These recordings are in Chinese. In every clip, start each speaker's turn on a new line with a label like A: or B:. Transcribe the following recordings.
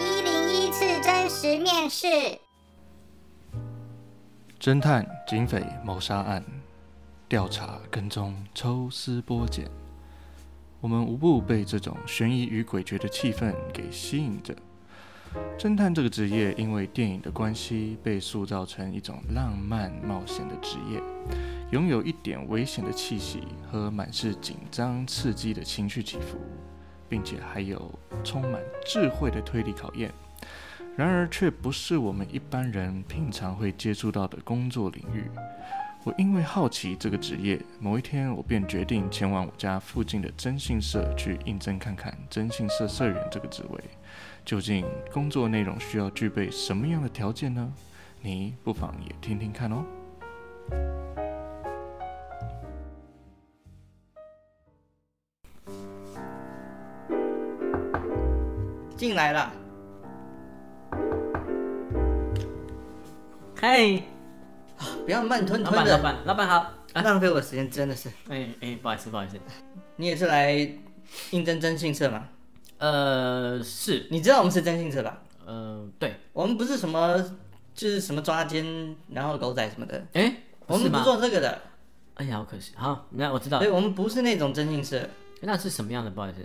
A: 一零一次真实面试，
B: 侦探、警匪、谋杀案、调查、跟踪、抽丝剥茧，我们无不被这种悬疑与诡谲的气氛给吸引着。侦探这个职业因为电影的关系，被塑造成一种浪漫冒险的职业，拥有一点危险的气息和满是紧张刺激的情绪起伏，并且还有充满智慧的推理考验。然而，却不是我们一般人平常会接触到的工作领域。我因为好奇这个职业，某一天我便决定前往我家附近的征信社去应征看看征信社社员这个职位，究竟工作内容需要具备什么样的条件呢？你不妨也听听看哦。
C: 进来了，
D: 嘿，
C: 不要慢吞
D: 老
C: 吞
D: 板，老
C: 的，
D: 板，老板好。啊，
C: 浪费我时间，真的是。
D: 哎哎，不好意思，不好意思。
C: 你也是来应征征信社吗？
D: 呃，是，
C: 你知道我们是征信社吧？
D: 呃，对，
C: 我们不是什么就是什么抓奸，然后狗仔什么的，
D: 哎，
C: 我
D: 是
C: 们不
D: 吗？啊
C: 做这哎个的，
D: 哎呀，好可惜。好，那我知道
C: 所以，我们不是那种征信社。
D: 那是什么样的？不好意思。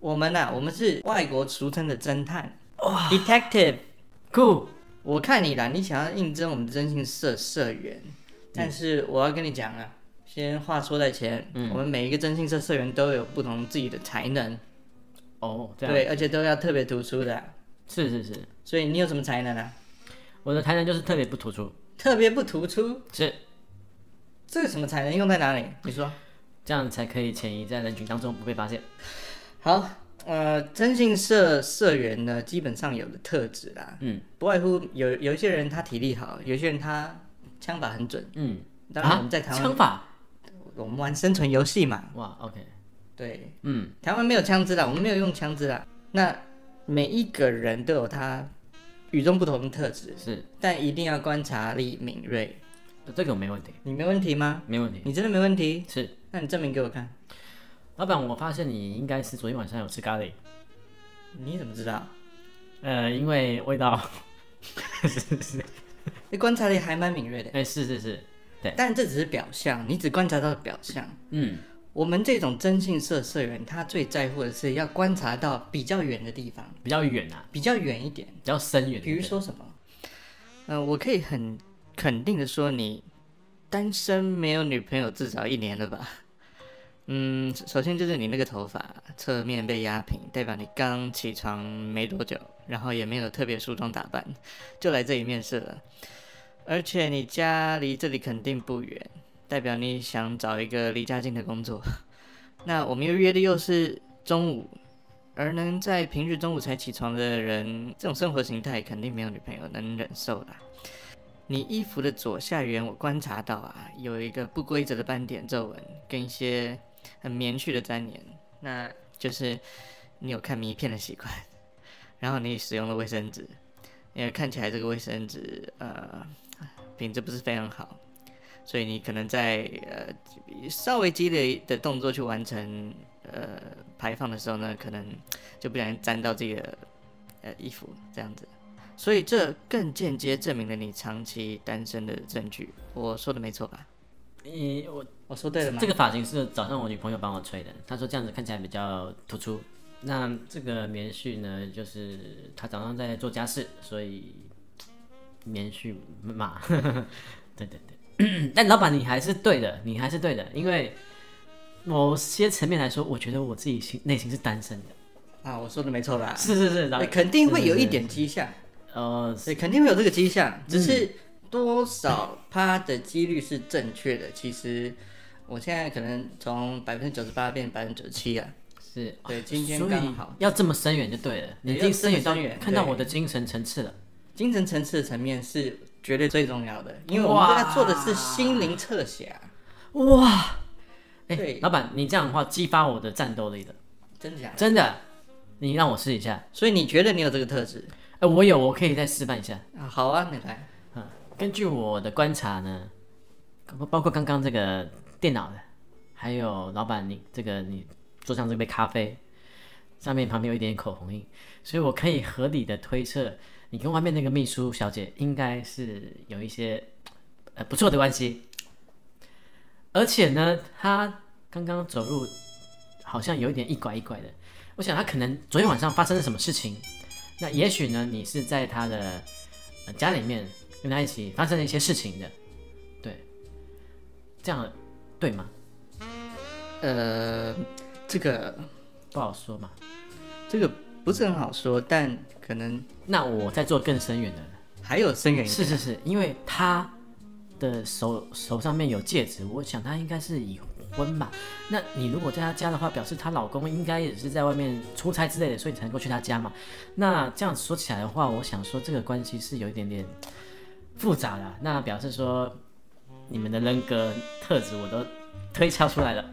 C: 我们啊呐、我们是外国俗称的侦探，detective。
D: 酷，
C: 我看你啦，你想要应征我们的征信社社员，但是我要跟你讲啊，先话说在前，
D: 嗯
C: 我们每一个征信社社员都有不同自己的才能，
D: 哦，这样，
C: 对，而且都要特别突出的啊、
D: 是是是，
C: 所以你有什么才能啊？
D: 我的才能就是特别不突出，
C: 特别不突出，
D: 是
C: 这个什么才能用在哪里？你说。
D: 这样才可以潜移在人群当中不被发现。
C: 好，呃，征信社社员呢，基本上有的特质啦，
D: 嗯，
C: 不外乎有有一些人他体力好，有一些人他枪法很准。
D: 嗯，
C: 当然我
D: 啊
C: 们在，台湾，
D: 枪法，
C: 我们玩生存游戏嘛，
D: 哇，OK，
C: 对，
D: 嗯，
C: 台湾没有枪支啦，我们没有用枪支啦。那每一个人都有他与众不同的特质，
D: 是，
C: 但一定要观察力敏锐。
D: 这个我没问题，
C: 你没问题吗？
D: 没问题。
C: 你真的没问题？
D: 是，
C: 那你证明给我看。
D: 老板，我发现你应该是昨天晚上有吃咖喱，
C: 你怎么知道？
D: 呃，因为味道，
C: 你观察力还蛮敏锐的，
D: 哎，是是是，
C: 但这只是表象，你只观察到表象。
D: 嗯，
C: 我们这种征信社社员，他最在乎的是要观察到比较远的地方，
D: 比较远啊，
C: 比较远一点。
D: 比较深远。
C: 比如，说什么？嗯、我可以很肯定的说，你单身没有女朋友至少一年了吧？嗯，首先就是你那个头发侧面被压平，代表你刚起床没多久，然后也没有特别梳妆打扮，就来这里面试了。而且你家离这里肯定不远，代表你想找一个离家近的工作。那我们又约的又是中午，而能在平日中午才起床的人，这种生活形态肯定没有女朋友能忍受啦。你衣服的左下缘，我观察到啊，有一个不规则的斑点皱纹，跟一些很棉絮的粘连，那就是你有看迷片的习惯， 然后你使用了卫生纸，也看起来这个卫生纸呃品质不是非常好，所以你可能在呃稍微激烈的动作去完成呃排放的时候呢，可能就不小心沾到自己的呃衣服这样子，所以这更间接证明了你长期单身的证据。我说的没错吧？
D: 你我
C: 我说对了吗？
D: 这个发型是早上我女朋友帮我吹的，她说这样子看起来比较突出。那这个棉絮呢，就是她早上在做家事，所以棉絮嘛， 对对对。但老板你还是对的，你还是对的，因为某些层面来说，我觉得我自己心内心是单身的。
C: 啊，我说的没错吧？
D: 是是是，老
C: 呃
D: 板
C: 肯定会有一。
D: 是
C: 点迹象，
D: 是是嗯呃，
C: 对，肯定会有这个迹象，只是多少趴的几率是正确的。其实我现在可能从百分之九十八变百分之九十七啊，
D: 是哦
C: 对，今天
D: 所以
C: 刚好。
D: 要这么深远就对了，你已
C: 要
D: 经
C: 这
D: 深
C: 么
D: 远到
C: 深远
D: 看到
C: 对
D: 我的精神层次了。
C: 精神层次的层面是绝对最重要的，因为我们对他做的是心灵测写啊，
D: 哇！哎、
C: 对
D: 老板，你这样的话激发我的战斗力了，
C: 真假的？
D: 真的。你让我试一下，
C: 所以你觉得你有这个特质
D: 哎、我有，我可以再示范一下。
C: 啊？好啊，你来。
D: 根据我的观察呢，包包括刚刚这个电脑的，还有老板你这个你桌上这杯咖啡，上面旁边有一点口红印，所以我可以合理的推测，你跟外面那个秘书小姐应该是有一些呃不错的关系。而且呢，她刚刚走路好像有一点一拐一拐的，我想她可能昨天晚上发生了什么事情。那也许呢，你是在她的、呃家里面跟她一起发生了一些事情的，对，这样对吗？
C: 呃，这个
D: 不好说嘛。
C: 这个不是很好说，但可能
D: 那我再做更深远的
C: 还有深远一点。
D: 是是是，因为他的手手上面有戒指，我想他应该是已婚吧。那你如果在他家的话，表示她老公应该也是在外面出差之类的，所以你才能够去他家嘛。那这样说起来的话，我想说这个关系是有一点点复杂的啊。那表示说你们的人格特质我都推敲出来了，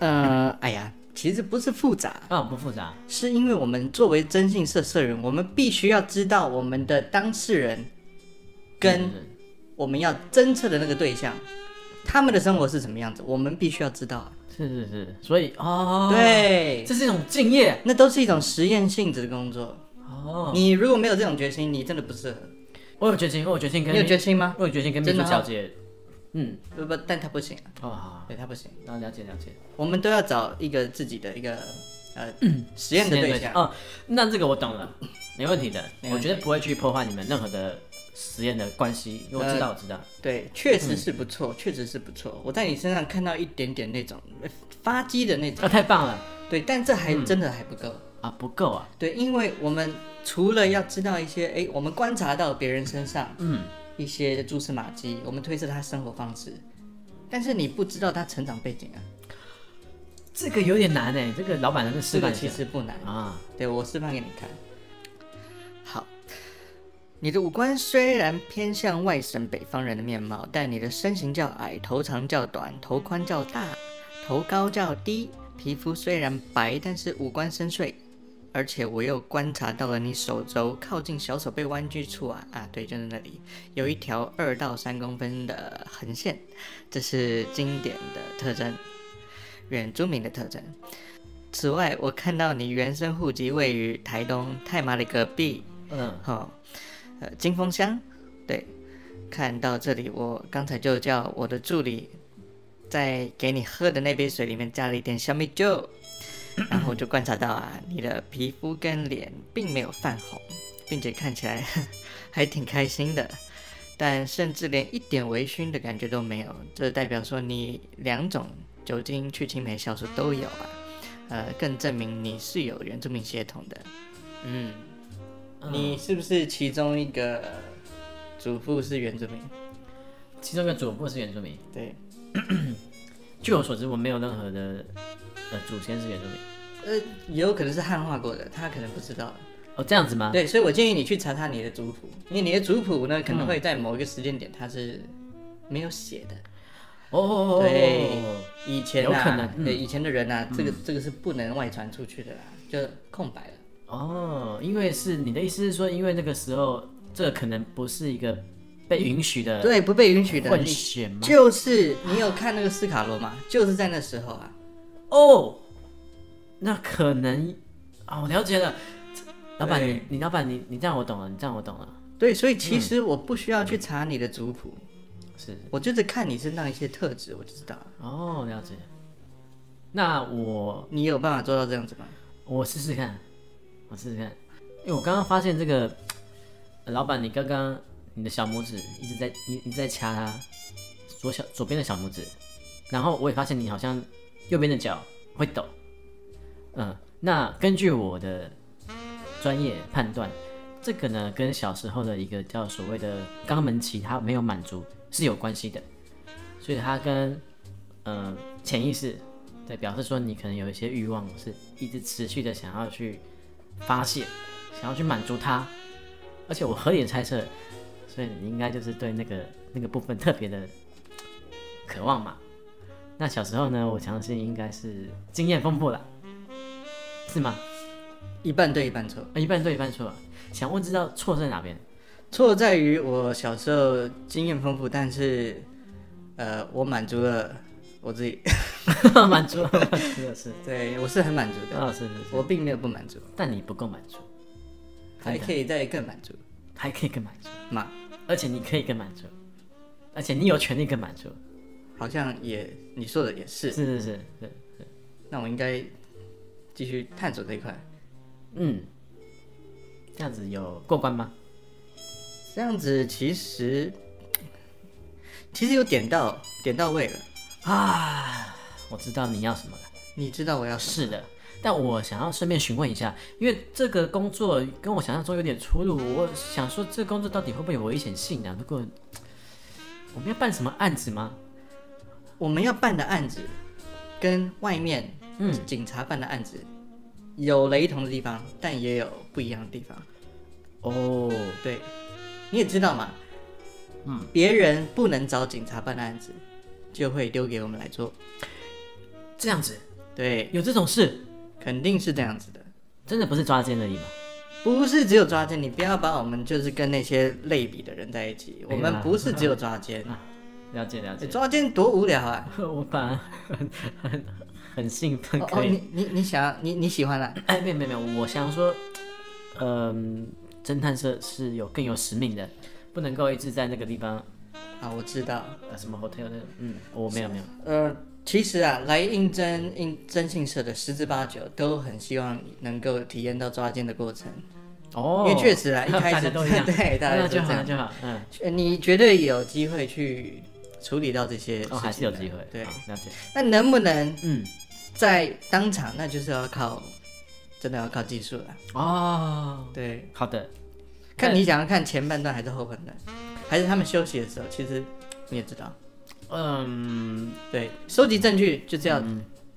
C: 呃，哎呀，其实不是复杂，
D: 啊、不复杂，
C: 是因为我们作为征信社社员，我们必须要知道我们的当事人
D: 对
C: 跟
D: 对对
C: 我们要侦测的那个对象，他们的生活是什么样子，我们必须要知道啊。
D: 是是是，所以哦，，
C: 对，
D: 这是一种敬业
C: 那都是一种实验性质的工作。
D: 哦。
C: 你如果没有这种决心，你真的不适合。
D: 我有决心，我有决心跟
C: 你有决心吗？
D: 我有决心跟秘
C: 真
D: 书
C: 的
D: 小
C: 哦
D: 姐，嗯，
C: 不不，但他不行啊，
D: 哦，好，
C: 对他不行。
D: 那了解了解。
C: 我们都要找一个自己的一个呃
D: 嗯
C: 实验的对象。
D: 哦，那这个我懂 了，没问题的，
C: 没
D: 我
C: 问题
D: 绝对不会去破坏你们任何的实验的关系。我知道，我知道，
C: 对，确实是不错，确实是不错。我在你身上看到一点点那种呃发机的那种，
D: 啊，太棒了
C: 对，但这
D: 嗯
C: 还真的还不够。
D: 啊，不够啊，
C: 对，因为我们除了要知道一些，哎，我们观察到别人身上
D: 嗯，
C: 一些蛛丝马迹，我们推测他生活方式，但是你不知道他成长背景啊，
D: 这个有点难哎，这个老板能不能示
C: 这个
D: 范一
C: 其
D: 下
C: 实不难。
D: 啊？
C: 对我示范给你看。好，你的五官虽然偏向外省北方人的面貌，但你的身形较矮，头长较短，头宽较大，头高较低。皮肤虽然白，但是五官深邃。而且我又观察到了你手肘靠近小手背弯曲处啊啊，对，就是那里有一条二到三公分的横线，这是经典的特征，原住民的特征。此外，我看到你原生户籍位于台东太麻里隔壁，
D: 嗯，
C: 哈、呃，金峰乡。对，看到这里，我刚才就叫我的助理在给你喝的那杯水里面加了一点小米酒，然后我就观察到啊，你的皮肤跟脸并没有泛红，并且看起来 还挺开心的。但甚至连一点微醺的感觉都没有，这代表说你两种酒精去青霉酵素都有啊，呃，更证明你是有原住民血统的。嗯，
D: 嗯
C: 你是不是其中一个祖父是原住民？
D: 其中一个主播是原住民，
C: 对，
D: 据我所知，我没有任何的呃祖先是原住民。
C: 呃，也有可能是汉化过的，他可能不知道。
D: 哦，这样子吗？
C: 对，所以我建议你去查查你的族谱，因为你的族谱呢可能会在某一个时间点它是没有写的。
D: 哦哦哦，哦
C: 对
D: 哦
C: 以前、啊、
D: 有可能嗯
C: 对以前的人呐、这个这个是不能外传出去的啦，就空白了。
D: 哦，因为是你的意思是说，因为那个时候这个可能不是一个被允许的
C: 对，不被允许的，
D: 混
C: 你
D: 血吗？
C: 就是你有看那个斯卡罗吗？就是在那时候啊，
D: 哦，那可能哦，我了解了。老板，
C: 对
D: 你你老板，你你这样我懂了，你这样我懂了，
C: 对，所以其实我不需要去查你的族谱，
D: 是
C: 我就是看你身上一些特质，我就知道了
D: 哦，了解。那我
C: 你有办法做到这样子吗？
D: 我试试看，我试试看，因为我刚刚发现这个老板，你刚刚你的小拇指一直在你你在掐他左小左边的小拇指，然后我也发现你好像右边的脚会抖，嗯，那根据我的专业判断，这个呢跟小时候的一个叫所谓的肛门期它没有满足是有关系的，所以它跟呃潜意识对，表示说你可能有一些欲望是一直持续的想要去发泄，想要去满足它。而且我合理的猜测，所以你应该就是对那个那个部分特别的渴望嘛。那小时候呢，我相信应该是经验丰富了，是吗？
C: 一半对一半错，
D: 呃一半对一半错，想问知道错在哪边？
C: 错在于我小时候经验丰富，但是呃，我满足了我自己
D: 满足了，满足了 是，
C: 对我是很满足的，
D: 啊是是是，
C: 我并没有不满足，
D: 但你不够满足，
C: 还可以再更满足
D: 还可以更满足，
C: 嘛？
D: 而且你可以更满足，而且你有权利更满足，
C: 好像也你说的也
D: 是
C: 是，
D: 是是是，
C: 那我应该继续探索这一块。
D: 嗯，这样子有过关吗？
C: 这样子其实其实有点到点到位了，
D: 啊，我知道你要什么了。
C: 你知道我要什
D: 是的，但我想要顺便询问一下，因为这个工作跟我想象中有点出入，我想说这工作到底会不会有危险性啊？如果我们要办什么案子吗？
C: 我们要办的案子跟外面
D: 嗯
C: 警察办的案子有雷同的地方，但也有不一样的地方。
D: 哦，
C: 对，你也知道嘛，嗯，别人不能找警察办的案子，就会丢给我们来做。
D: 这样子
C: 对，
D: 有这种事，
C: 肯定是这样子的，
D: 真的不是抓奸而已吗？
C: 不是只有抓奸，你不要把我们就是跟那些类比的人在一起。我
D: 哎呀啊
C: 们不是只有抓 奸，
D: 了解了解，
C: 抓奸多无聊啊！
D: 我反而很很很兴奋，
C: 哦哦，
D: 可以。
C: 你你你想要你你喜欢啊啦、
D: 哎，没有没有没有，我想说，嗯、侦探社是有更有使命的，不能够一直在那个地方
C: 好，啊我知道。
D: 呃什么 hotel 那种，嗯，我没有没有，
C: 呃，其实啊，来应征应征信社的十之八九都很希望你能够体验到抓奸的过程，
D: 哦，
C: 因为确实啊，一 开
D: 大
C: 始
D: 家都一 样，
C: 对，大家
D: 那
C: 都这
D: 就好
C: 样
D: 那，就好，嗯，
C: 呃你绝对有机会去处理到这些事情的、
D: 哦，还是有机会，
C: 对
D: 好，了解，
C: 那能不能
D: 嗯，
C: 在当场，那就是要靠，真的要靠技术了。
D: 哦，
C: 对，
D: 好的，
C: 看你想要看前半段还是后半段，还是他们休息的时候，其实你也知道，
D: 嗯，
C: 对，收集证据就是要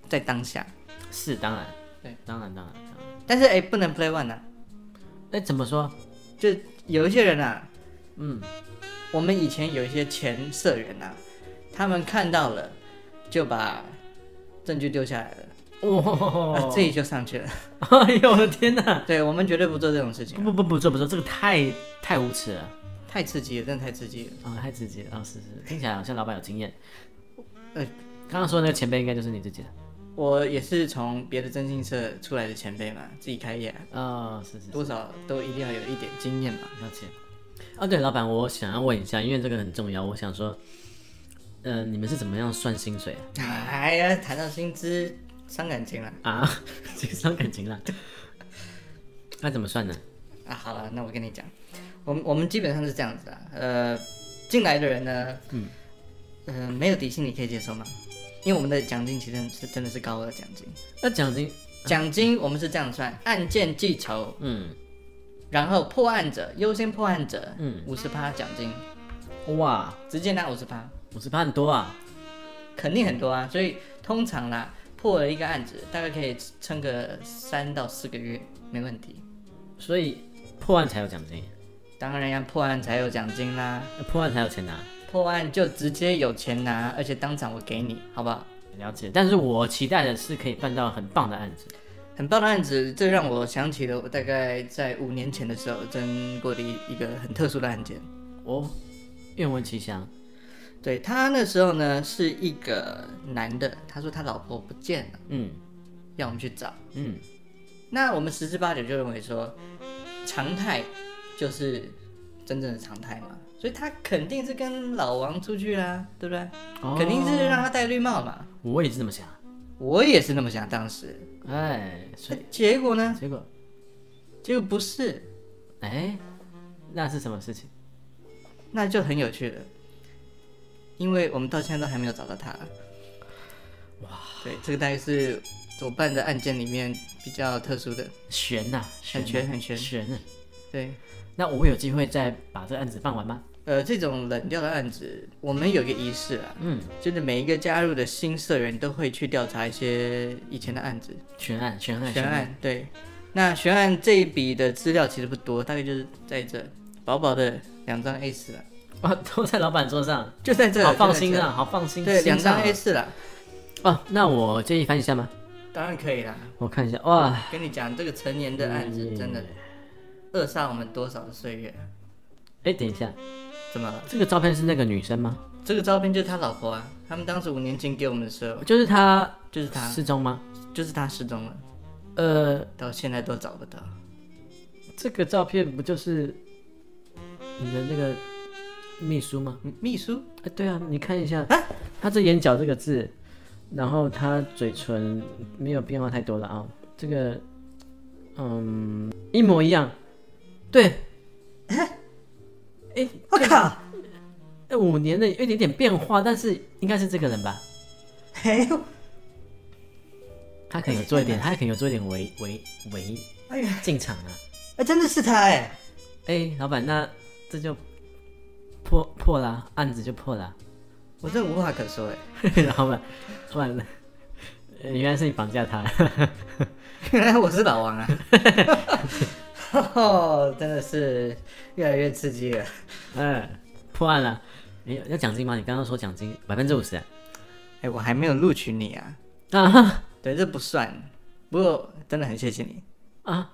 C: 在当下，
D: 是当然，
C: 对，
D: 当然当然当然，
C: 但是哎、不能 play one 啊，
D: 哎，怎么说？
C: 就有一些人啊，
D: 嗯，
C: 我们以前有一些前社员啊，他们看到了就把证据丢下来了，啊
D: 哦，
C: 自己就上去了。
D: 哎呦我的天哪，
C: 对我们绝对不做这种事情啊、
D: 不不不，这不做，这个太太无耻了，
C: 太刺激了，真的太刺激了。
D: 啊，太直接，啊，是是，听起来好像老板有经验，哎
C: 呃
D: 刚刚说的那个前辈应该就是你自己的，
C: 我也是从别的征信社出来的前辈嘛，自己开业啊、
D: 哦，是是，是
C: 多少都一定要有一点经验嘛。
D: 了解。哦，对，老板，我想要问一下，因为这个很重要，我想说，呃，你们是怎么样算薪水啊？
C: 哎呀，谈到薪资伤感情了
D: 啊， 这个伤感情啦。那怎么算呢？
C: 啊。好了，那我跟你讲，我们我们基本上是这样子的，呃，进来的人呢，嗯，呃，没有底薪你可以接受吗？因为我们的奖金其实是真的是高额奖金。
D: 那奖金，
C: 奖金我们是这样算：案件计酬，
D: 嗯，
C: 然后破案者优先破案者，
D: 嗯
C: 五十趴奖金，
D: 哇，
C: 直接拿五十趴，
D: 五十趴很多啊。
C: 肯定很多啊。所以通常啦，破了一个案子，大概可以撑个三到四个月，没问题。
D: 所以破案才有奖金，
C: 当然要破案才有奖金啦，
D: 那破案才有钱拿。
C: 破案就直接有钱拿，而且当场我给你，好不好？
D: 了解，但是我期待的是可以办到很棒的案子。
C: 很棒的案子，这让我想起了我大概在五年前的时候侦过的一一个很特殊的案件。
D: 哦，愿闻其详。
C: 对他那时候呢是一个男的，他说他老婆不见了，
D: 嗯
C: 要我们去找。
D: 嗯，
C: 那我们十之八九就认为说，常态就是真正的常态嘛，所以他肯定是跟老王出去啦，对不对？
D: 哦
C: 肯定是让他戴绿帽嘛。
D: 我也是这么想。
C: 我也是那么想，当时。
D: 哎，所以
C: 结果呢？
D: 结果，
C: 结果不是，
D: 哎，那是什么事情？
C: 那就很有趣了，因为我们到现在都还没有找到他。哇，对，这个大概是我办的案件里面比较特殊的。
D: 悬呐、悬
C: 很悬
D: 呐
C: 很悬
D: 悬呐、
C: 对，
D: 那我有机会再把这个案子办完吗？
C: 呃，这种冷调的案子，我们有一个仪式啊，
D: 嗯，
C: 就是每一个加入的新社员都会去调查一些以前的案子，
D: 悬案，悬案，
C: 悬案。对，那悬案这一笔的资料其实不多，大概就是在这薄薄的两张 A 4了，
D: 啊，都在老板桌上，
C: 就在这，
D: 好
C: 就在
D: 放心
C: 这！
D: 啊，好放心。
C: 对，
D: 欣
C: 两
D: 赏
C: 张 A
D: 啊
C: 4了，
D: 哦，那我建议翻一下吗？
C: 当然可以啦。
D: 我看一下，哇，
C: 跟你讲，这个成年的案子真的扼杀我们多少的岁月啊？
D: 哎，等一下，
C: 怎么了？
D: 这个照片是那个女生吗？
C: 这个照片就是他老婆啊，他们当时五年前给我们的时候，
D: 就是他
C: 就是他，
D: 失踪吗？
C: 就是他失踪了，
D: 呃，
C: 到现在都找不到。
D: 这个照片不就是你的那个秘书吗？
C: 嗯秘书
D: 哎，对啊，你看一下，他这眼角这个字，然后他嘴唇没有变化太多了啊、这个，嗯，一模一样，对，哎，
C: 我靠，
D: 哎，五年的有一点点变化，但是应该是这个人吧？
C: 嘿，
D: 他可能有做一点，他可能有做一点违违违
C: 哎呀，
D: 进场啊。
C: 哎，真的是他哎，
D: 哎，老板，那这就破破啦、案子就破啦、
C: 我真的无话可说哎，
D: 老板，老板，呃原来是你绑架他。
C: 原来我是老王啊， 哦，真的是越来越刺激了。
D: 嗯，破案了。你要奖金吗？你刚刚说奖金百分之五十
C: 哎，我还没有录取你啊，
D: 啊
C: 对，这不算。不过真的很谢谢你，
D: 啊！